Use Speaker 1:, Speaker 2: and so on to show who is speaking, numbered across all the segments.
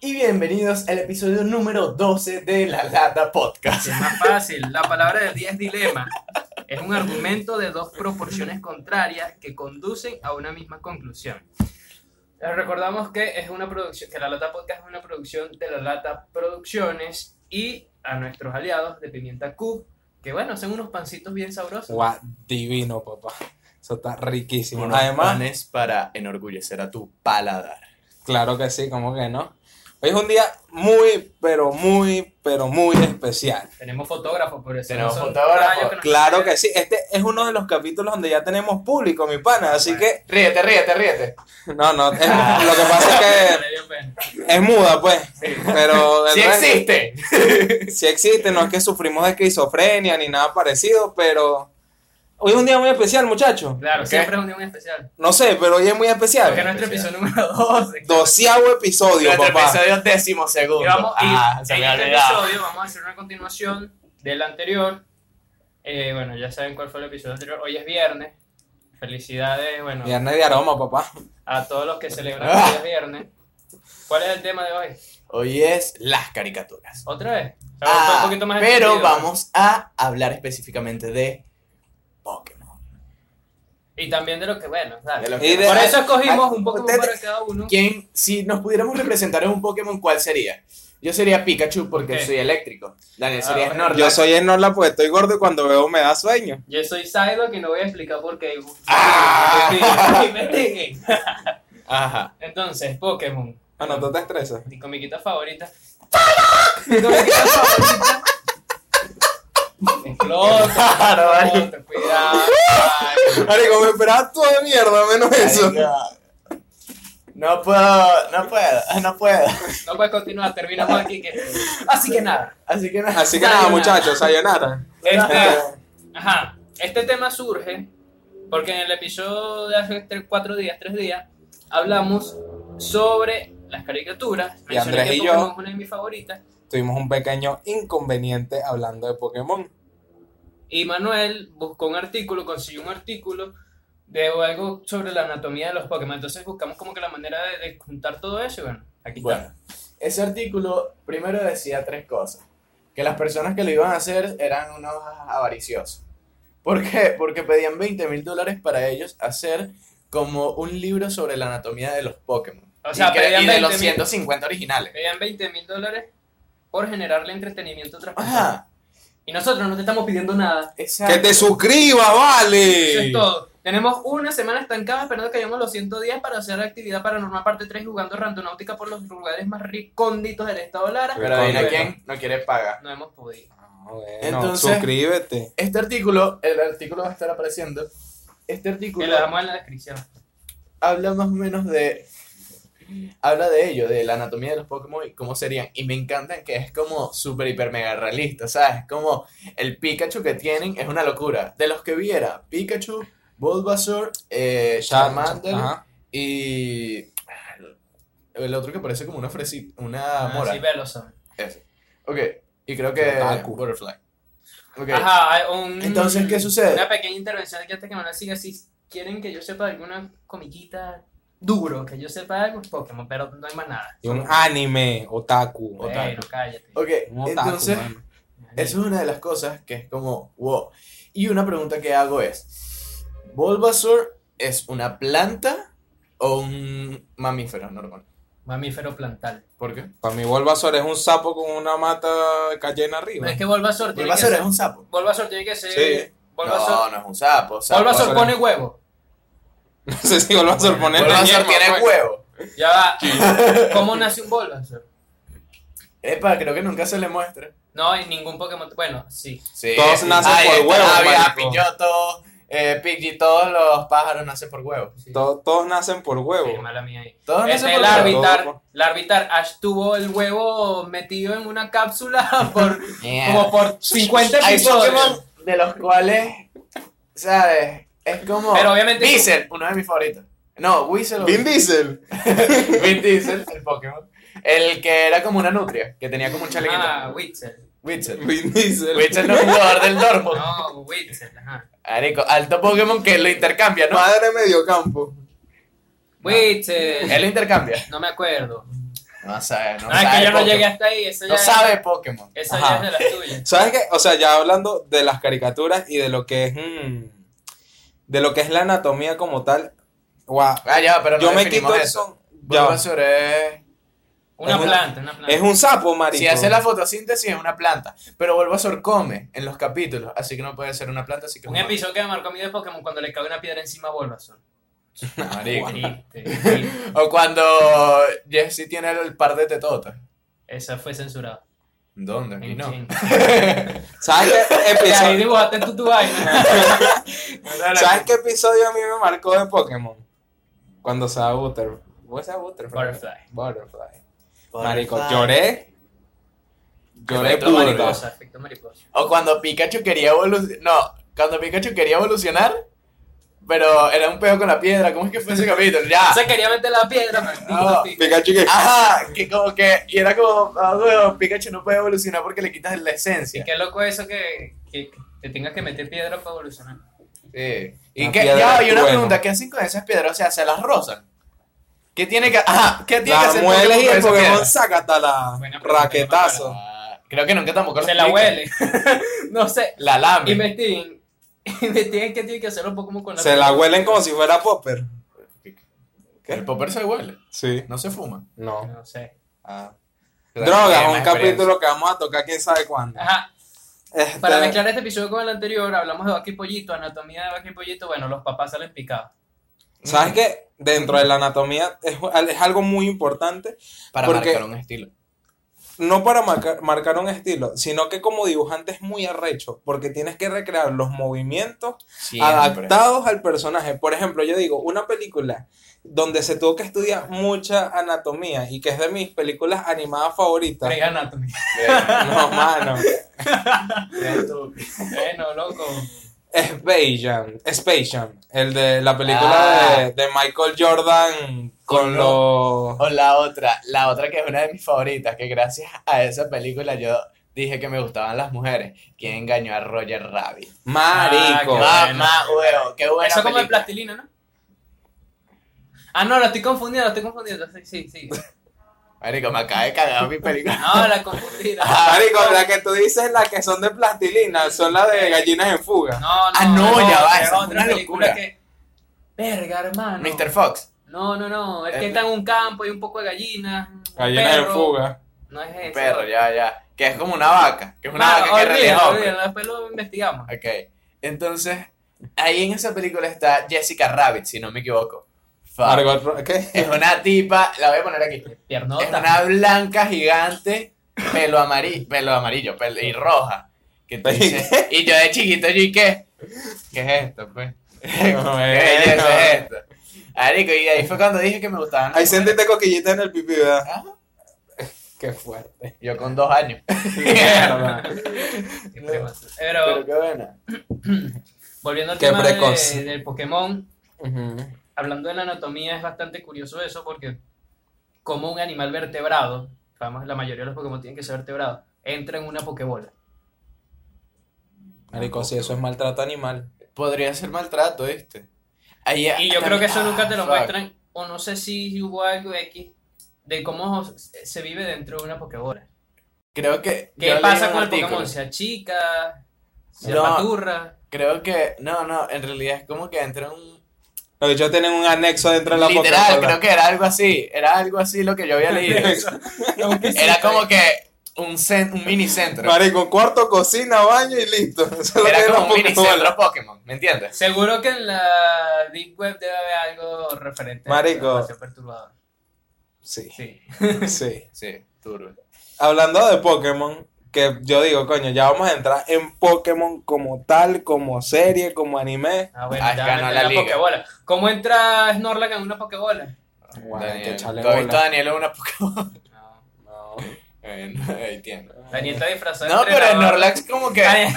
Speaker 1: Y bienvenidos al episodio número 12 de La Lata Podcast.
Speaker 2: Es más fácil. La palabra del día es dilema. Es un argumento de dos proporciones contrarias que conducen a una misma conclusión. Les Recordamos que es una producción, que la Lata Podcast es una producción de la Lata Producciones y a nuestros aliados de Pimienta Q, que bueno, son unos pancitos bien sabrosos.
Speaker 3: Guau, divino, papá. Eso está riquísimo.
Speaker 1: Unos
Speaker 3: Además,
Speaker 1: panes para enorgullecer a tu paladar.
Speaker 3: claro que sí, como que no. Hoy es un día muy, pero muy, pero muy especial.
Speaker 2: Tenemos fotógrafos, por eso.
Speaker 1: Tenemos
Speaker 2: son
Speaker 1: fotógrafos,
Speaker 2: rayos nos-
Speaker 3: Claro que sí. Este es uno de los capítulos donde ya tenemos público, mi pana. Así que,
Speaker 1: Ríete, ríete, ríete.
Speaker 3: no, no. es-
Speaker 1: Ah.
Speaker 3: lo que pasa es
Speaker 2: Vale, bien, bueno.
Speaker 3: que es muda, pues. Pero
Speaker 1: ¡Sí
Speaker 3: resto-
Speaker 1: existe!
Speaker 3: sí existe. No es que sufrimos de esquizofrenia ni nada parecido, pero hoy es un día muy especial, muchachos.
Speaker 2: Claro,
Speaker 1: Ok.
Speaker 2: siempre es un día muy especial.
Speaker 3: No sé, pero hoy es muy
Speaker 2: Porque es
Speaker 3: especial.
Speaker 2: nuestro episodio número 12.
Speaker 3: Doceavo episodio,
Speaker 1: Nuestro
Speaker 3: papá.
Speaker 1: episodio décimo segundo.
Speaker 2: Y vamos, y
Speaker 1: ah, se
Speaker 2: en
Speaker 1: me
Speaker 2: este
Speaker 1: olvidaba.
Speaker 2: episodio vamos a hacer una continuación del anterior. Eh, bueno, ya saben cuál fue el episodio anterior. Hoy es viernes. Felicidades, bueno,
Speaker 3: Viernes de aroma, papá.
Speaker 2: a todos los que celebran que hoy es viernes. ¿Cuál es el tema de hoy?
Speaker 1: Hoy es las caricaturas.
Speaker 2: ¿Otra vez? O sea,
Speaker 1: Ah,
Speaker 2: fue un poquito más
Speaker 1: pero
Speaker 2: extendido.
Speaker 1: vamos a hablar específicamente de Pokémon.
Speaker 2: Y también de lo que, bueno, dale.
Speaker 1: De lo
Speaker 3: Y
Speaker 1: que-
Speaker 3: de-
Speaker 2: Por eso escogimos
Speaker 1: Ay,
Speaker 2: un poco
Speaker 1: usted-
Speaker 2: para cada uno.
Speaker 1: ¿Quién, si nos pudiéramos representar en un Pokémon, cuál sería? Yo sería Pikachu porque
Speaker 2: Ok.
Speaker 1: soy eléctrico. Daniel
Speaker 2: Ah,
Speaker 1: sería
Speaker 2: bueno.
Speaker 1: Snorlax.
Speaker 3: Yo soy Enorla porque estoy gordo y cuando veo me da sueño.
Speaker 2: Yo soy Psyduck y no voy a explicar por qué.
Speaker 1: Ah.
Speaker 2: Investiguen.
Speaker 1: Ajá.
Speaker 2: Entonces, Pokémon.
Speaker 3: Ah, no, tú te estresas.
Speaker 2: Mi comiquita favorita. Mi comiquita favorita.
Speaker 1: Claro,
Speaker 2: Explota,
Speaker 1: vale.
Speaker 2: explota, cuidado.
Speaker 3: Marico, me esperaba todo de mierda, menos eso.
Speaker 1: Marica, No puedo, no puedo, no puedo.
Speaker 2: No puedes continuar, terminamos aquí. Que... Así que nada.
Speaker 1: Así que nada.
Speaker 3: Así que nada,
Speaker 2: Sayonara.
Speaker 3: muchachos, sayonara.
Speaker 2: Este, ajá, este tema surge porque en el episodio de hace tres- cuatro días, tres días, hablamos sobre las caricaturas.
Speaker 3: Y
Speaker 2: Mencioné
Speaker 3: Andrés
Speaker 2: que
Speaker 3: y yo.
Speaker 2: Pokémon es una de mis favoritas.
Speaker 3: Tuvimos un pequeño inconveniente hablando de Pokémon.
Speaker 2: Y Manuel buscó un artículo, consiguió un artículo de algo sobre la anatomía de los Pokémon. Entonces buscamos como que la manera de, de juntar todo eso y bueno, aquí
Speaker 1: Bueno, ese artículo primero decía tres cosas. Que las personas que lo iban a hacer eran unos avariciosos. ¿Por qué? Porque pedían 20 mil dólares para ellos hacer como un libro sobre la anatomía de los Pokémon.
Speaker 2: O sea,
Speaker 1: y, que-
Speaker 2: pedían
Speaker 1: y de los
Speaker 2: 20.000.
Speaker 1: 150 originales.
Speaker 2: está. Pedían 20 mil dólares por generarle entretenimiento a otras personas.
Speaker 1: Ajá,
Speaker 2: Y nosotros no te estamos pidiendo nada.
Speaker 1: exacto.
Speaker 3: ¡Que te suscribas,
Speaker 2: Eso
Speaker 3: vale!
Speaker 2: es todo. Tenemos una semana estancada esperando que lleguemos los 110 para hacer actividad paranormal parte 3 jugando randonáutica por los lugares más recónditos del estado Lara.
Speaker 1: Pero adivina
Speaker 3: Bueno.
Speaker 1: quién no quiere pagar.
Speaker 2: No hemos podido.
Speaker 3: Ah, bueno,
Speaker 1: Entonces-
Speaker 3: suscríbete.
Speaker 1: Este artículo, el artículo va a estar apareciendo. Este
Speaker 2: Que
Speaker 1: artículo
Speaker 2: lo damos en la descripción.
Speaker 1: habla más o menos de. Habla de ello, de la anatomía de los Pokémon y cómo serían. Y me encantan que es como super hiper, mega realista, ¿sabes? Como el Pikachu que tienen es una locura. De los que viera, Pikachu, Bulbasaur, eh, Charmander
Speaker 3: Ajá.
Speaker 1: y. El otro que parece como una fresita, una
Speaker 2: Ah,
Speaker 1: mora.
Speaker 2: sí, Velosaur.
Speaker 1: Ese. Ok, y creo que.
Speaker 3: Otaku.
Speaker 1: Butterfly. Ok.
Speaker 2: Ajá, hay un-
Speaker 1: Entonces, ¿qué sucede?
Speaker 2: Una pequeña intervención aquí hasta que me la siga. Si quieren que yo sepa de alguna comiquita duro, que yo sepa de algo, es Pokémon, pero no hay más nada.
Speaker 3: Y un anime, otaku.
Speaker 1: Otaku.
Speaker 2: Bueno, cállate.
Speaker 1: Ok,
Speaker 3: Un otaku,
Speaker 1: entonces.
Speaker 3: mano.
Speaker 1: Eso es una de las cosas que es como, wow. Y una pregunta que hago es, ¿Bulbasaur es una planta o un mamífero normal?
Speaker 2: Mamífero plantal.
Speaker 1: ¿Por qué?
Speaker 3: Para mí, Bulbasaur es un sapo con una mata cayendo
Speaker 2: Pero
Speaker 3: arriba.
Speaker 2: es que Bulbasaur tiene que
Speaker 1: Bulbasaur es
Speaker 2: ser.
Speaker 1: un sapo.
Speaker 2: Bulbasaur tiene que ser.
Speaker 3: Sí.
Speaker 2: Bulbasaur,
Speaker 1: No, no es un sapo. sapo.
Speaker 2: Bulbasaur
Speaker 3: Bulbasaur
Speaker 2: pone huevo.
Speaker 3: No sé si Bulbasaur pone
Speaker 1: Bulbasaur
Speaker 3: ñema,
Speaker 1: tiene
Speaker 3: pues.
Speaker 1: huevo.
Speaker 2: Ya va. ¿Cómo nace un Bulbasaur?
Speaker 1: Epa, creo que nunca se le muestra.
Speaker 2: No, en ningún Pokémon. Bueno, sí.
Speaker 1: Sí.
Speaker 3: Todos nacen
Speaker 1: Ahí
Speaker 3: por
Speaker 1: está,
Speaker 3: huevo,
Speaker 1: Había
Speaker 3: marico.
Speaker 1: Pidgeotto, eh, Pidgey, todos los pájaros nacen por huevo.
Speaker 2: sí.
Speaker 3: To- todos nacen por huevo.
Speaker 2: Sí, mala mía ahí.
Speaker 1: Todos
Speaker 2: Este Es
Speaker 1: nacen
Speaker 2: el
Speaker 1: por huevo.
Speaker 3: árbitro.
Speaker 2: Larvitar. Larvitar. Ash tuvo el huevo metido en una cápsula por,
Speaker 1: Yeah.
Speaker 2: como por 50
Speaker 1: Hay
Speaker 2: episodios.
Speaker 1: Pokémon de los cuales, ¿sabes? Es como.
Speaker 2: Pero obviamente-
Speaker 1: Diesel, uno de mis favoritos. No, Weasel. o-
Speaker 3: Vin Diesel.
Speaker 1: Vin Diesel, el Pokémon. El que era como una nutria, que tenía como un chalequito.
Speaker 2: Ah, Witzel.
Speaker 1: Weasel.
Speaker 3: Vin Diesel.
Speaker 1: Weasel no es jugador del Dortmund.
Speaker 2: No, Witzel, ajá.
Speaker 1: Arico, alto Pokémon que lo intercambia, ¿no?
Speaker 3: Madre medio campo.
Speaker 2: Witzel.
Speaker 1: Él lo intercambia.
Speaker 2: No me acuerdo.
Speaker 1: No sabe, no
Speaker 2: ah,
Speaker 1: sabe.
Speaker 2: es que yo no
Speaker 1: Pokémon.
Speaker 2: llegué hasta ahí. Eso ya
Speaker 1: No sabe Pokémon.
Speaker 2: Eso ya
Speaker 3: Ajá.
Speaker 2: es de las tuyas.
Speaker 3: ¿Sabes qué? O sea, ya hablando de las caricaturas y de lo que es. mm, de lo que es la anatomía como tal. Guau.
Speaker 1: Ah, ya, pero no
Speaker 3: Yo me
Speaker 1: definimos
Speaker 3: quito el
Speaker 1: eso.
Speaker 3: son- ya.
Speaker 1: Bulbasaur es...
Speaker 2: Una
Speaker 3: Es un-
Speaker 2: planta, una planta.
Speaker 3: Es un sapo, marico.
Speaker 1: eh, Si hace la fotosíntesis es una planta, pero Bulbasaur come en los capítulos, así que no puede ser una planta, así que
Speaker 2: Un
Speaker 1: es
Speaker 2: episodio que me marcó a mí de Pokémon cuando le cae una piedra encima a Bulbasaur. Ah,
Speaker 1: humano. Marico.
Speaker 2: Triste, triste.
Speaker 1: O cuando Jesse tiene el par de tetotas.
Speaker 2: Esa fue censurada.
Speaker 1: ¿Dónde? Aquí
Speaker 2: En
Speaker 1: no.
Speaker 2: chin.
Speaker 3: ¿Sabes qué
Speaker 2: Y ahí
Speaker 3: episodio?
Speaker 2: dibujaste tú tu vaina.
Speaker 3: ¿Sabes qué episodio a mí me marcó de Pokémon? Cuando se da Butter. ¿Cómo se da Butterfly?
Speaker 2: Butterfly.
Speaker 3: Butterfly. Marico, lloré. Lloré
Speaker 1: Efecto
Speaker 3: público.
Speaker 1: mariposa.
Speaker 2: Mariposa, efecto mariposa.
Speaker 1: O cuando Pikachu quería evolucionar. No, cuando Pikachu quería evolucionar, pero era un peo con la piedra. ¿Cómo es que fue ese capítulo?
Speaker 3: Ah.
Speaker 1: Ya.
Speaker 2: Se quería meter la piedra, maldito.
Speaker 1: No.
Speaker 2: tío.
Speaker 3: Pikachu que.
Speaker 1: Ajá, que como que. Y era como, ah, huevo, Pikachu no puede evolucionar porque le quitas la
Speaker 2: Y
Speaker 1: esencia.
Speaker 2: qué loco eso que, que te tengas que meter piedra para evolucionar.
Speaker 1: Sí. Y
Speaker 3: La
Speaker 1: que,
Speaker 3: piedra
Speaker 1: ya,
Speaker 3: del
Speaker 1: y una
Speaker 3: trueno.
Speaker 1: pregunta: ¿qué hacen con esas piedras? O sea, ¿se las rozan? ¿Qué tiene que, ajá, ¿qué tiene que
Speaker 3: La
Speaker 1: hacer
Speaker 3: mueles y
Speaker 1: con
Speaker 3: el
Speaker 1: esa piedra?
Speaker 3: Pokémon saca hasta la
Speaker 2: Buena pregunta,
Speaker 3: raquetazo.
Speaker 1: Ah, Creo que nunca tampoco lo
Speaker 2: Se la
Speaker 1: explican.
Speaker 2: huele. no sé.
Speaker 1: La lame.
Speaker 2: Investiguen. Investiguen qué tiene que hacer un Pokémon con la
Speaker 3: Se la huelen como si fuera Popper. ¿Qué?
Speaker 1: El popper se huele,
Speaker 3: Sí.
Speaker 1: no se fuma.
Speaker 3: No.
Speaker 2: No sé.
Speaker 3: Ah.
Speaker 1: Tiene
Speaker 3: Drogas,
Speaker 1: más
Speaker 3: un
Speaker 1: experiencia.
Speaker 3: capítulo que vamos a tocar quién sabe cuándo.
Speaker 2: Ajá.
Speaker 3: Este,
Speaker 2: Para mezclar este episodio con el anterior, hablamos de Vaca y Pollito, anatomía de Vaca y Pollito. Bueno, los papás salen picados.
Speaker 3: ¿Sabes qué? Dentro de la anatomía es, es algo muy importante,
Speaker 1: Para
Speaker 3: Porque-
Speaker 1: marcar un estilo.
Speaker 3: no para marcar, marcar un estilo, sino que como dibujante es muy arrecho, porque tienes que recrear los movimientos
Speaker 1: Siempre.
Speaker 3: adaptados al personaje. Por ejemplo, yo digo, una película donde se tuvo que estudiar mucha anatomía y que es de mis películas animadas favoritas.
Speaker 2: Grey Anatomy.
Speaker 3: No, mano.
Speaker 2: bueno, loco.
Speaker 3: Space Jam, Space Jam, el de la película
Speaker 1: Ah.
Speaker 3: de, de Michael Jordan con
Speaker 1: Con
Speaker 3: los...
Speaker 1: O la otra, la otra que es una de mis favoritas, que gracias a esa película yo dije que me gustaban las mujeres. ¿Quién engañó a Roger Rabbit?
Speaker 3: Marico.
Speaker 2: Ah,
Speaker 1: Mamá, huevo, qué buena
Speaker 2: Eso como de
Speaker 1: película.
Speaker 2: plastilina, ¿no? Ah, no, lo estoy confundiendo, lo estoy confundiendo. Sí, sí, sí.
Speaker 1: Marico, me acaba de cagar mi película.
Speaker 2: No, la confundí.
Speaker 1: Ah,
Speaker 2: la-
Speaker 3: Marico, la que tú dices, la que son de plastilina, son las de gallinas en fuga.
Speaker 2: No, no,
Speaker 1: Ah, no, ya va, esa
Speaker 2: es
Speaker 1: es
Speaker 2: otra
Speaker 1: una
Speaker 2: película
Speaker 1: locura.
Speaker 2: que. Verga, hermano.
Speaker 1: Mr. Fox.
Speaker 2: No, no, no. Es
Speaker 1: Es la-
Speaker 2: que está en un campo y un poco de gallinas. un
Speaker 3: Gallinas en
Speaker 2: perro.
Speaker 3: fuga.
Speaker 2: No es eso.
Speaker 1: Perro, ya, ya. Que es como una vaca. Que es una
Speaker 2: Mano,
Speaker 1: vaca que
Speaker 2: olvídalo,
Speaker 1: relajó.
Speaker 2: olvídalo, después lo investigamos.
Speaker 1: Ok, entonces, ahí en esa película está Jessica Rabbit, si no me equivoco. Fuck.
Speaker 3: Margot, Ro- ¿qué?
Speaker 1: Es una tipa, la voy a poner aquí. Es
Speaker 2: Piernota.
Speaker 1: una blanca gigante, pelo amarillo, pelo amarillo pelo- y roja. Que tú dices- y yo de chiquito, yo y qué. ¿Qué es esto, pues? ¿Qué belleza es esto? Marico, y ahí fue cuando dije que me gustaban. las
Speaker 3: Ahí sentiste cosquillitas en el pipí, ¿verdad?
Speaker 1: Ajá.
Speaker 3: ¿Ah? Qué fuerte.
Speaker 1: mujeres. Yo con dos años.
Speaker 3: Mierda.
Speaker 2: Qué precoz.
Speaker 1: Pero
Speaker 2: Pero
Speaker 1: qué buena.
Speaker 2: volviendo al
Speaker 3: Qué
Speaker 2: tema de-
Speaker 3: precoz.
Speaker 2: del Pokémon,
Speaker 3: Ujú.
Speaker 2: hablando de la anatomía, es bastante curioso eso porque como un animal vertebrado, vamos, la mayoría de los Pokémon tienen que ser vertebrados, entra en una Pokébola.
Speaker 3: Marico, si eso es maltrato animal.
Speaker 1: Podría ser maltrato, ¿viste? Ahí-
Speaker 2: Y yo creo que eso
Speaker 1: ah,
Speaker 2: nunca te lo
Speaker 1: fuck.
Speaker 2: muestran, o no sé si hubo algo X, de cómo se se vive dentro de una Pokébola.
Speaker 1: Creo que. yo
Speaker 2: ¿Qué
Speaker 1: leí
Speaker 2: pasa
Speaker 1: un
Speaker 2: con el
Speaker 1: artículo.
Speaker 2: Pokémon? ¿Se achica? ¿Se
Speaker 1: No.
Speaker 2: apaturra?
Speaker 1: Creo que, no, no, en realidad es como que entra un...
Speaker 3: Los bichos tienen un anexo dentro de la
Speaker 1: Literal,
Speaker 3: Pokébola.
Speaker 1: creo que era algo así, era algo así lo que yo había leído. Era como que un, cen- un mini centro.
Speaker 3: Marico, cuarto, cocina, baño y listo. Eso es lo que
Speaker 1: Era
Speaker 3: es la
Speaker 1: como un mini
Speaker 3: Pokébola.
Speaker 1: centro Pokémon, ¿me entiendes?
Speaker 2: Seguro que en la Deep Web debe haber algo referente a
Speaker 3: Marico.
Speaker 2: información perturbadora.
Speaker 3: Sí,
Speaker 2: Sí.
Speaker 3: sí.
Speaker 1: Sí, turbo.
Speaker 3: Hablando de Pokémon, que yo digo, coño, ya vamos a entrar en Pokémon como tal, como serie, como anime.
Speaker 2: Ah, bueno,
Speaker 1: Ah,
Speaker 2: ya
Speaker 1: ganó
Speaker 2: meten
Speaker 1: la
Speaker 2: la
Speaker 1: liga.
Speaker 2: Pokébola. ¿Cómo entra Snorlax en una Pokébola?
Speaker 3: Guau, hay que
Speaker 1: Daniel,
Speaker 3: echarle
Speaker 1: ¿tú has visto a
Speaker 3: bola.
Speaker 1: Daniel en una Pokémon?
Speaker 2: No.
Speaker 3: No.
Speaker 1: Bueno, ahí tiene.
Speaker 2: Daniel está disfrazado. de
Speaker 1: No, pero
Speaker 2: entrenador.
Speaker 1: Snorlax como que...
Speaker 2: Daniel,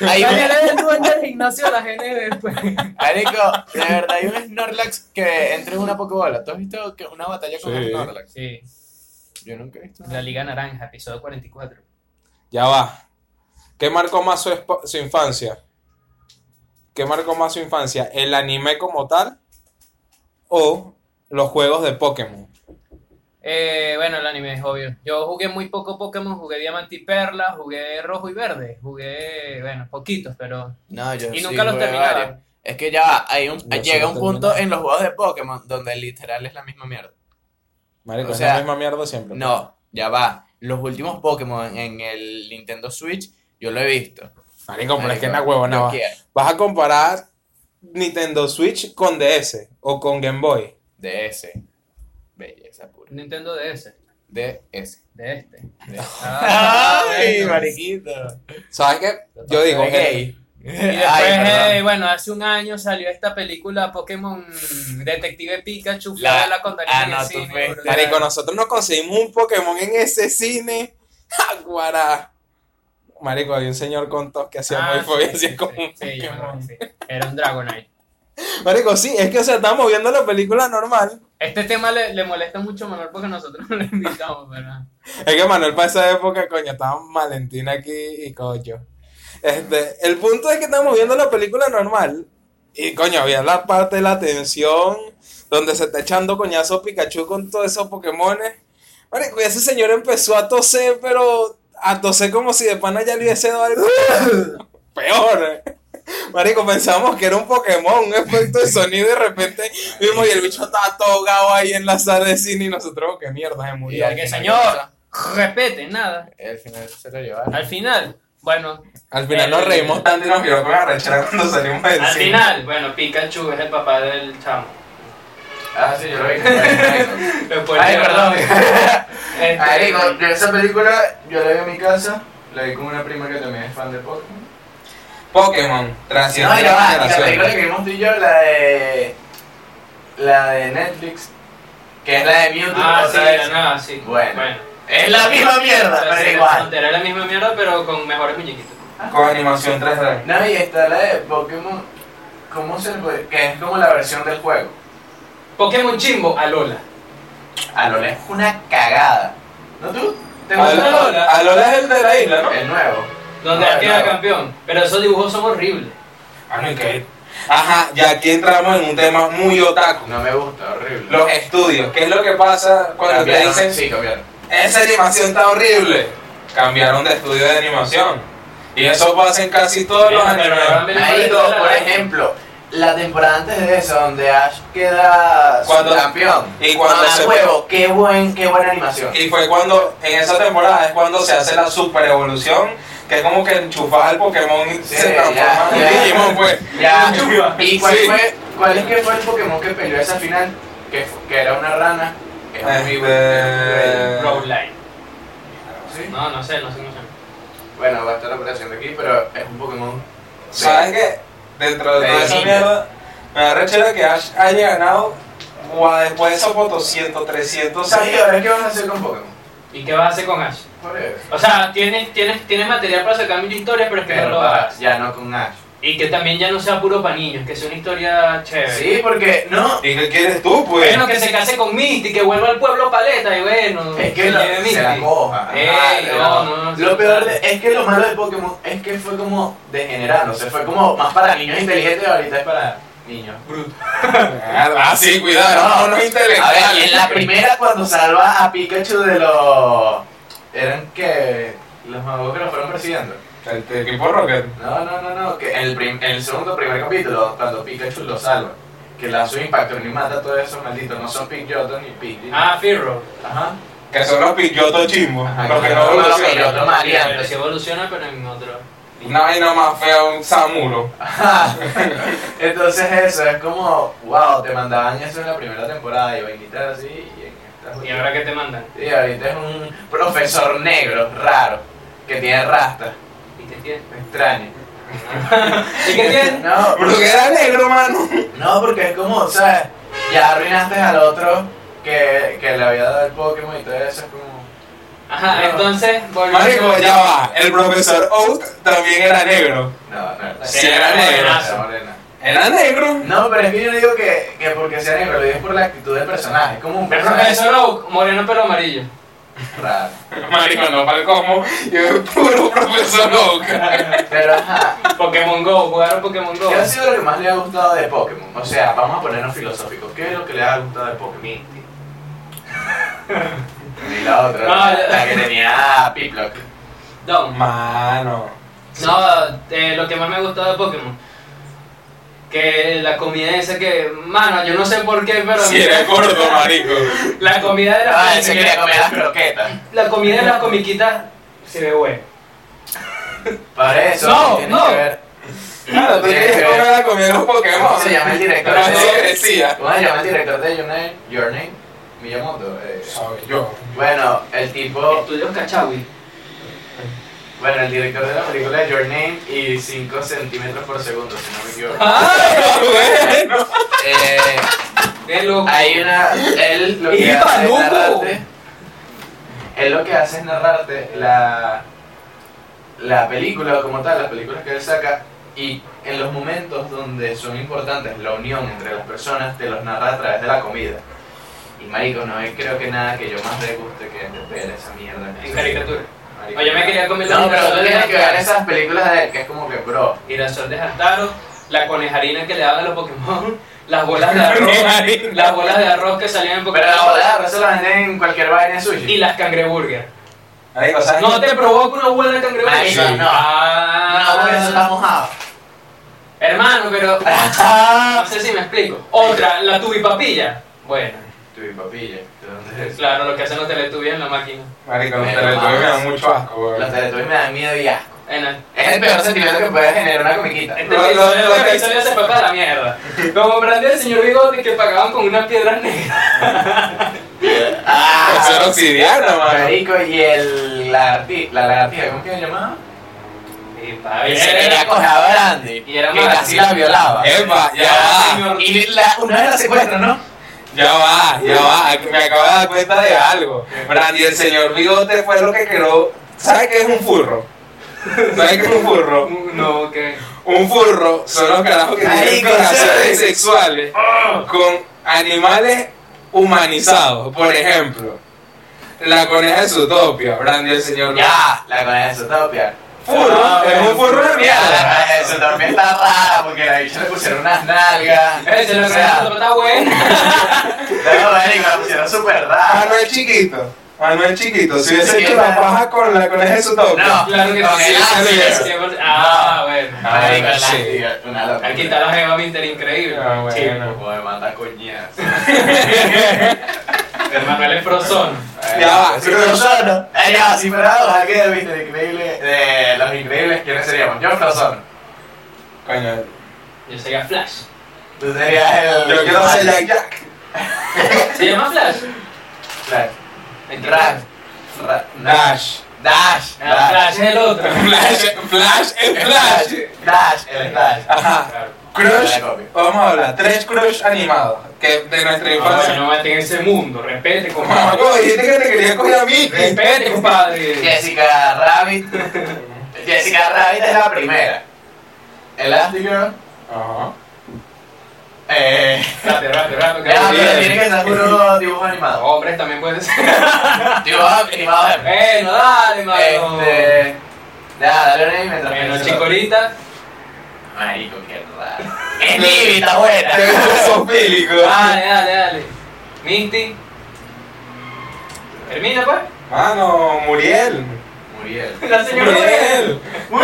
Speaker 1: Hay un-
Speaker 2: Daniel es el dueño del gimnasio de la GNB. pues.
Speaker 1: Marico, de verdad hay un Snorlax que entra en una Pokébola. ¿Tú has visto que una batalla con
Speaker 3: Sí.
Speaker 1: un Snorlax?
Speaker 2: Sí,
Speaker 1: Yo nunca he visto.
Speaker 2: la Liga Naranja, episodio 44.
Speaker 3: Ya va. ¿Qué marcó más su, espa- su infancia? ¿Qué marcó más su infancia? ¿El anime como tal? ¿O los juegos de Pokémon?
Speaker 2: Eh, bueno, el anime es obvio. Yo jugué muy poco Pokémon, jugué Diamante y Perla, jugué Rojo y Verde, jugué, bueno, poquitos, pero...
Speaker 1: No, yo
Speaker 2: Y
Speaker 1: sí
Speaker 2: nunca los
Speaker 1: jugué
Speaker 2: terminaba.
Speaker 1: varios. Es que ya va, hay un,
Speaker 3: Yo sí
Speaker 1: llega
Speaker 3: los
Speaker 1: un
Speaker 3: terminé.
Speaker 1: punto en los juegos de Pokémon donde literal es la misma mierda.
Speaker 3: Marico,
Speaker 1: O
Speaker 3: es
Speaker 1: sea,
Speaker 3: la misma mierda siempre.
Speaker 1: No, ya va. Los últimos Pokémon en el Nintendo Switch, yo lo he visto.
Speaker 3: Marico, pero es que
Speaker 1: Marico,
Speaker 3: una huevo,
Speaker 1: yo
Speaker 3: no.
Speaker 1: quiero.
Speaker 3: Vas a comparar Nintendo Switch con DS o con Game Boy.
Speaker 1: De ese. Belleza pura.
Speaker 2: Nintendo DS,
Speaker 1: De ese.
Speaker 2: de este.
Speaker 1: De
Speaker 2: Ah, bueno.
Speaker 1: mariquito!
Speaker 3: ¿Sabes qué? Yo digo,
Speaker 1: Es
Speaker 3: eh,
Speaker 1: gay.
Speaker 2: Y después, eh, bueno, hace un año salió esta película Pokémon Detective Pikachu, fue
Speaker 1: La-
Speaker 2: a la condanada
Speaker 1: ah,
Speaker 2: en
Speaker 1: no,
Speaker 2: el
Speaker 1: tú
Speaker 2: cine,
Speaker 1: fuiste.
Speaker 2: brutal.
Speaker 3: Marico, nosotros nos conseguimos un Pokémon en ese cine. Jaguará. Marico, había un señor con tos que hacía
Speaker 2: Ah,
Speaker 3: muy
Speaker 2: sí,
Speaker 3: fobia,
Speaker 2: sí,
Speaker 3: hacía como un
Speaker 2: sí, yo me acuerdo,
Speaker 3: Pokémon.
Speaker 2: sí. Era un Dragonite.
Speaker 3: Marico, sí, es que o sea, estamos viendo la película normal.
Speaker 2: Este tema le, le molesta mucho a Manuel porque nosotros no lo invitamos, ¿verdad?
Speaker 3: Es que Manuel para esa época, coño, estaba Valentina aquí y coño. Este, el punto es que estamos viendo la película normal. Y coño, había la parte de la tensión, donde se está echando coñazo Pikachu con todos esos Pokémones. Marico, y ese señor empezó a toser, pero a toser como si de pana ya le hubiese dado algo. Peor. eh. Marico, pensamos que era un Pokémon, un efecto de sonido y de repente vimos y el bicho estaba todo ahogado ahí en la sala de cine y nosotros, "Oh, qué mierda, se
Speaker 1: Y
Speaker 3: murió.
Speaker 1: al
Speaker 2: Porque,
Speaker 1: final,
Speaker 2: señor, repete, nada.
Speaker 1: El final se lo llevaron.
Speaker 2: Al final, bueno,
Speaker 3: Al final
Speaker 1: Eh,
Speaker 3: nos reímos tanto y nos quedó con la rechera cuando salimos del
Speaker 2: al
Speaker 3: cine.
Speaker 2: final, bueno, Pikachu es el papá del chamo.
Speaker 1: Ah, sí, yo lo vi.
Speaker 2: Después
Speaker 1: Ay,
Speaker 2: de-
Speaker 1: perdón.
Speaker 2: Este,
Speaker 1: Marico, yo esa película yo la vi en mi casa, la vi con una prima que también es fan de Pokémon.
Speaker 3: Pokémon,
Speaker 1: no,
Speaker 3: trasciende
Speaker 1: ya va, la película
Speaker 3: generaciones.
Speaker 1: que vimos tú y yo, la de. La de Netflix, que es la de Mewtwo.
Speaker 2: Ah,
Speaker 1: o
Speaker 2: sí,
Speaker 1: sea,
Speaker 2: la nada, sí.
Speaker 1: Bueno. Es la misma mierda,
Speaker 2: Pero
Speaker 1: pero
Speaker 2: sí,
Speaker 1: igual.
Speaker 2: Era la misma mierda, pero con mejores muñequitos.
Speaker 3: Con animación 3D.
Speaker 1: No, y está la de Pokémon. ¿Cómo se le puede.? Que es como la versión del juego.
Speaker 2: Pokémon Chimbo, Alola.
Speaker 1: A Lola es una cagada. ¿No tú? ¿Te gusta
Speaker 2: Alola.
Speaker 1: Alola?
Speaker 3: Alola Alola es el de la isla, ¿no?
Speaker 1: El nuevo.
Speaker 2: Donde
Speaker 1: No,
Speaker 2: él queda
Speaker 1: no.
Speaker 2: campeón. Pero esos dibujos son horribles.
Speaker 3: Ok. Ajá, y aquí entramos en un tema muy otaku.
Speaker 1: No me gusta, horrible.
Speaker 3: Los estudios. ¿Qué es lo que pasa cuando te
Speaker 1: Cambiaron,
Speaker 3: dicen
Speaker 1: Sí, cambiaron.
Speaker 3: esa animación está horrible? Cambiaron de estudio de animación. Y eso pasa en casi todos los
Speaker 2: Pero ahora
Speaker 3: animes.
Speaker 2: me-
Speaker 1: Marico, por ejemplo, la temporada antes de esa, donde Ash queda
Speaker 3: Cuando-
Speaker 1: campeón.
Speaker 3: y cuando se-
Speaker 1: huevo, qué buen, qué buena animación.
Speaker 3: Y fue cuando, en esa temporada, es cuando se hace la super evolución, que es como que enchufas al Pokémon y
Speaker 1: Sí,
Speaker 3: se transforma
Speaker 1: ya,
Speaker 3: en
Speaker 1: ya.
Speaker 3: Digimon, pues.
Speaker 1: Ya.
Speaker 3: Enchufa.
Speaker 1: ¿Y cuál
Speaker 3: Sí.
Speaker 1: fue, cuál es que fue el Pokémon que peleó esa final? Que, fu- que era una rana. Es un
Speaker 3: Este-
Speaker 1: Weevil, es un Weevil.
Speaker 2: Rowline.
Speaker 1: Sí.
Speaker 2: No, no sé, no sé, no sé.
Speaker 1: Bueno, va a estar la operación de aquí, pero es un Pokémon.
Speaker 3: ¿Sabes qué? Dentro de
Speaker 1: Sí,
Speaker 3: toda esa
Speaker 1: sí.
Speaker 3: mierda, me da rechera que Ash haya ganado guau, después de esos 200, 300
Speaker 1: ¿Sabes ahora qué van a hacer con Pokémon?
Speaker 2: ¿Y qué vas a hacer con Ash?
Speaker 1: Por eso.
Speaker 2: O sea, tienes, tienes, tienes material para sacar mil historias, pero es que no
Speaker 1: Pero
Speaker 2: lo
Speaker 1: para-
Speaker 2: hagas.
Speaker 1: ya no con Ash.
Speaker 2: Y que también ya no sea puro para niños, que sea una historia
Speaker 3: Eh.
Speaker 2: chévere.
Speaker 1: Sí, porque no.
Speaker 3: ¿Y qué quieres tú, pues?
Speaker 2: Bueno, que se case con Misty, que vuelva al pueblo paleta y bueno.
Speaker 1: Es que
Speaker 2: se
Speaker 1: lo,
Speaker 2: lleve
Speaker 1: se la
Speaker 2: Misty.
Speaker 1: coja.
Speaker 2: Ey,
Speaker 1: Ajá, se la
Speaker 2: no,
Speaker 1: coja.
Speaker 2: no, no, sí,
Speaker 1: lo peor
Speaker 2: claro.
Speaker 1: de- es que lo malo de Pokémon es que fue como degenerando. O sea, fue como más para niños inteligentes, ahorita es para niños. brutos.
Speaker 3: Ah, sí, cuidado, no, no es
Speaker 2: Pues,
Speaker 1: A ver, y en la
Speaker 3: intelectual.
Speaker 1: primera cuando salva a Pikachu de los... Eran que... Los magos que lo fueron persiguiendo.
Speaker 3: El el equipo Rocket.
Speaker 1: No, no, no, no. Que en, el prim- en el segundo primer capítulo, cuando Pikachu lo salva. Que lanza un impacto ni mata a todos esos malditos. No son Pidgeotto ni Pidgey.
Speaker 2: Ah, Firro.
Speaker 1: Ajá.
Speaker 3: Que son los pillotos chimbos.
Speaker 1: Ajá,
Speaker 3: Los que
Speaker 1: que
Speaker 3: no
Speaker 1: son los
Speaker 3: evolucionan.
Speaker 1: pillotos. Toma, alianza.
Speaker 2: Pero si evoluciona, pero en otro.
Speaker 3: Una vaina más fea, un Samuro.
Speaker 1: Ajá. Entonces eso, es como, wow, te mandaban eso en la primera temporada y vainitas así y en esta
Speaker 2: ¿Y ahora qué te mandan?
Speaker 1: Y ahorita es un profesor negro, raro, que tiene rasta,
Speaker 2: ¿Y qué tienes?
Speaker 1: extraño.
Speaker 2: ¿Y qué tienes?
Speaker 1: No,
Speaker 3: Pero que era negro, mano.
Speaker 1: no, porque es como, ¿sabes? Ya arruinaste al otro que, que le había dado el Pokémon y todo eso, es como...
Speaker 2: Ajá,
Speaker 1: No.
Speaker 2: entonces
Speaker 3: Marico,
Speaker 2: volvemos.
Speaker 3: ya va. El profesor Oak también era negro.
Speaker 1: No, no, no.
Speaker 3: Sí, era
Speaker 1: Era
Speaker 2: negro.
Speaker 1: morena.
Speaker 3: Era negro.
Speaker 1: No, pero es que yo no digo que, que porque sea negro, lo digo es por la actitud del personaje, es como un
Speaker 2: El
Speaker 1: personaje
Speaker 2: profesor Oak, moreno pero amarillo.
Speaker 1: raro.
Speaker 3: Marico, no para el como. Yo puro profesor Oak.
Speaker 1: Pero ajá.
Speaker 2: Pokémon Go, jugaron Pokémon Go.
Speaker 1: ¿Qué ha sido lo que más le ha gustado de Pokémon? O sea, vamos a ponernos filosóficos. ¿Qué es lo que le ha gustado de Pokémon?
Speaker 2: Misty.
Speaker 1: Y la otra,
Speaker 2: No,
Speaker 1: la,
Speaker 2: yo-
Speaker 1: la que tenía Piplock.
Speaker 2: Don.
Speaker 3: Mano.
Speaker 2: No, eh, lo que más me gustó de Pokémon. Que la comida esa que. Mano, yo no sé por qué, pero.
Speaker 3: Si era gordo, marico.
Speaker 2: La comida de las.
Speaker 1: Ah, él se quería comer las croquetas.
Speaker 2: La comida de las comiquitas se ve buena.
Speaker 1: Para eso,
Speaker 2: No,
Speaker 1: tiene
Speaker 2: no.
Speaker 1: que ver.
Speaker 3: Claro, tú
Speaker 1: Tiene
Speaker 3: tienes
Speaker 1: que
Speaker 3: que
Speaker 1: ver.
Speaker 3: comer la comida de los
Speaker 1: ¿Cómo
Speaker 3: Pokémon.
Speaker 1: se llama el director?
Speaker 3: Pero no
Speaker 1: de-
Speaker 3: crecía.
Speaker 1: ¿Cómo se llama el director de Your Name? Your Name? Miyamoto. eh.
Speaker 3: Soy yo.
Speaker 1: Bueno, el tipo.
Speaker 2: Estudios Cachawi.
Speaker 1: Bueno, el director de la película es Your Name y 5 centímetros por segundo, si no me equivoco.
Speaker 2: Ah.
Speaker 3: ¡Ay, Ah, bueno!
Speaker 1: Eh,
Speaker 2: Qué loco.
Speaker 1: hay una. Él lo que
Speaker 2: ¡Iba,
Speaker 1: hace es
Speaker 2: loco!
Speaker 1: narrarte. Él lo que hace es narrarte la. La película como tal, las películas que él saca. Y en los momentos donde son importantes la unión entre las personas, te los narra a través de la comida. Y marico, no hay creo que nada que yo más le guste que ver esa mierda.
Speaker 2: En caricatura.
Speaker 1: Marico.
Speaker 2: O yo me quería comer la
Speaker 1: No, pero tú
Speaker 2: girasol de
Speaker 1: tienes que ver
Speaker 2: Jantaro.
Speaker 1: esas películas de él, que es como que, bro,
Speaker 2: Girasol de Jantaro, la conejarina que le daban a los Pokémon, las bolas de arroz,
Speaker 3: Conejarina.
Speaker 2: las bolas de arroz que salían en Pokémon.
Speaker 1: Pero la bola de arroz se la venden en cualquier vaina de sushi.
Speaker 2: Y las cangreburger.
Speaker 3: Marico, ¿sabes?
Speaker 2: No te provoca una buena cangreburger.
Speaker 1: Marico, no.
Speaker 2: Ah,
Speaker 1: No, porque eso está mojado.
Speaker 2: Hermano, pero no sé si me explico. Otra, la tubipapilla. Bueno,
Speaker 1: Tu papilla. ¿de dónde es?
Speaker 2: claro, lo que hacen los teletubbies en la máquina.
Speaker 3: Marico, los
Speaker 1: Pero
Speaker 3: teletubbies me
Speaker 1: más.
Speaker 3: dan mucho asco, weón.
Speaker 1: Los teletubbies me dan miedo y asco.
Speaker 2: En el-
Speaker 1: Es el peor sentimiento que puede generar una comiquita.
Speaker 2: Este
Speaker 3: Lo- lo-
Speaker 2: episodio,
Speaker 3: lo
Speaker 2: este
Speaker 3: que-
Speaker 2: episodio se fue para la mierda. Como comprendí el señor Bigote que pagaban con unas piedras negras.
Speaker 1: Ah,
Speaker 3: Eso era obsidiana, mano.
Speaker 1: marico, y el lagarti- la lagartija, ¿cómo que se llamaba?
Speaker 2: Y para
Speaker 1: Y se quería coger a Brandy,
Speaker 2: Y era
Speaker 1: que
Speaker 2: más-
Speaker 1: casi la violaba.
Speaker 3: Epa, ya va,
Speaker 1: Y la- una vez la secuestra, ¿no?
Speaker 3: ya va, ya va. Aquí Me acabo de dar cuenta de algo. Brandy, el señor bigote fue lo que creó. ¿Sabes qué es un furro? ¿Sabes qué es un furro?
Speaker 2: No, que.
Speaker 3: Un furro son los carajos que tienen
Speaker 1: Marico,
Speaker 3: relaciones
Speaker 1: sí.
Speaker 3: sexuales con animales humanizados. Por ejemplo, la coneja de Zootopia, Brandy el señor.
Speaker 1: Ya, la coneja de Zootopia.
Speaker 3: Furro, es un furro de
Speaker 1: Ya,
Speaker 3: mierda.
Speaker 1: la coneja de Zootopia está rara porque la bicha le pusieron unas nalgas.
Speaker 2: Ese Eh, lo
Speaker 1: O
Speaker 2: que
Speaker 1: sea,
Speaker 2: no está bueno.
Speaker 1: No, marico, la pusieron súper
Speaker 2: Ah,
Speaker 1: rara.
Speaker 3: Manuel chiquito. Manuel chiquito. Si
Speaker 1: Sí,
Speaker 3: hubiese
Speaker 1: sí,
Speaker 3: hecho
Speaker 1: claro.
Speaker 3: la paja con la coneja de Zootopia.
Speaker 1: No.
Speaker 2: Claro que
Speaker 1: Con
Speaker 2: sí,
Speaker 1: el
Speaker 2: sí.
Speaker 3: ácido.
Speaker 2: sí, por- Ah, bueno.
Speaker 1: Marico, la
Speaker 3: Sí.
Speaker 1: tía, una loca.
Speaker 2: Aquí está la jeva Winter increíble.
Speaker 3: Ah, bueno.
Speaker 2: Sí.
Speaker 1: Joder, manda coñas.
Speaker 2: Manuel es prosón.
Speaker 1: Eh,
Speaker 3: Ya va,
Speaker 1: si
Speaker 3: creo-
Speaker 1: Frozono. Eh, ya va, si fuera dos aquí de Mr. Increíble, de los increíbles, ¿quiénes seríamos? Yo, Frozono.
Speaker 3: Coño,
Speaker 2: Yo sería Flash.
Speaker 1: Tú serías el.
Speaker 3: yo quiero ser Jack Jack.
Speaker 2: ¿Se llama Flash?
Speaker 1: Flash.
Speaker 2: El
Speaker 1: Ra- Ra-
Speaker 3: Dash.
Speaker 1: Dash.
Speaker 2: Ah,
Speaker 1: Dash.
Speaker 2: Flash es el otro.
Speaker 3: Flash, Flash, el Flash.
Speaker 1: Dash, el Flash.
Speaker 3: Ajá.
Speaker 2: Claro.
Speaker 3: Crush.
Speaker 1: Vale, copio.
Speaker 3: Vamos a hablar. Tres crush animados. Que de
Speaker 2: No, Ah,
Speaker 3: nuestra
Speaker 2: bueno,
Speaker 3: infancia.
Speaker 2: no mate en ese mundo. Respete,
Speaker 3: Mamá,
Speaker 2: compadre.
Speaker 3: ¿cómo dijiste que te quería coger a mí?
Speaker 2: Respete, compadre.
Speaker 1: Jessica Rabbit. Jessica Rabbit es la primera. Elastigirl.
Speaker 3: Ajá.
Speaker 1: Eh.
Speaker 2: Rápido, rápido, rápido.
Speaker 1: Ya,
Speaker 2: que-
Speaker 1: pero tiene que ser puro dibujo animado.
Speaker 2: Hombres también pueden ser.
Speaker 1: Dibujo animado de
Speaker 2: Bueno, dale, mano.
Speaker 1: Este. Ya, dale una y mientras
Speaker 2: Bueno,
Speaker 1: pienso.
Speaker 2: chicorita.
Speaker 1: Marico, qué raro. Es Libby, está buena.
Speaker 3: Te veo sofílico.
Speaker 2: Dale, dale, dale. Misty. Termina, pues.
Speaker 3: Mano, Muriel.
Speaker 1: Muriel.
Speaker 2: La señora.
Speaker 3: Muriel.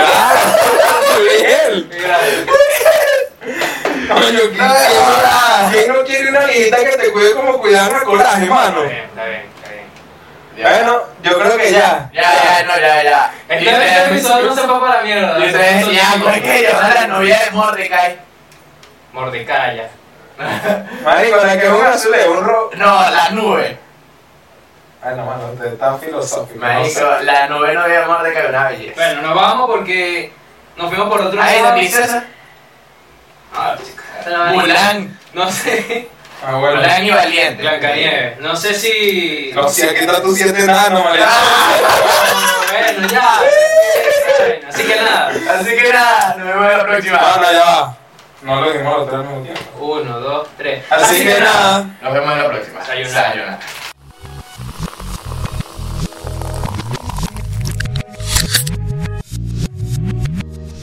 Speaker 3: Ah, Muriel.
Speaker 2: Mira,
Speaker 3: Coño, qué
Speaker 1: Ah.
Speaker 3: coraje. ¿Quién no quiere una viejita que te cuide como cuidar a coraje,
Speaker 2: Está
Speaker 3: mano?
Speaker 2: bien, está bien, está bien.
Speaker 3: Bueno, yo creo que ya.
Speaker 1: Ya, ya, no, ya, ya.
Speaker 2: Este,
Speaker 1: Dice-
Speaker 2: este episodio no se fue para la mierda.
Speaker 1: dice,
Speaker 2: Nosotros-
Speaker 1: ya, ¿por qué yo soy la novia de Mordecai?
Speaker 2: Mordecaya.
Speaker 3: Marico, la que es un azul es un rojo.
Speaker 1: No, la nube.
Speaker 3: Ay, no, mano, te tan filosófico. no sé.
Speaker 1: Marico, la nube novia de Mordecai es una belleza.
Speaker 2: Bueno, nos vamos porque nos fuimos por otro
Speaker 1: Ahí
Speaker 2: lado.
Speaker 1: la princesa.
Speaker 2: Ah, chica, esa es la vaina.
Speaker 1: Mulan.
Speaker 2: No sé.
Speaker 3: Ah, bueno.
Speaker 1: Mulan y Valiente.
Speaker 2: Blancanieves. No sé si.
Speaker 1: Oh,
Speaker 3: Los siete, está tus siete enanos, Ah, marico.
Speaker 2: Bueno, ya. Así que nada.
Speaker 1: Así que nada, nos vemos en la próxima.
Speaker 3: Mano, Ah, ya va. No lo dijimos los tres al mismo tiempo.
Speaker 2: Uno, dos, tres.
Speaker 3: Así que nada.
Speaker 1: Nos vemos en la próxima.
Speaker 2: Sayonara.
Speaker 1: Sayonara.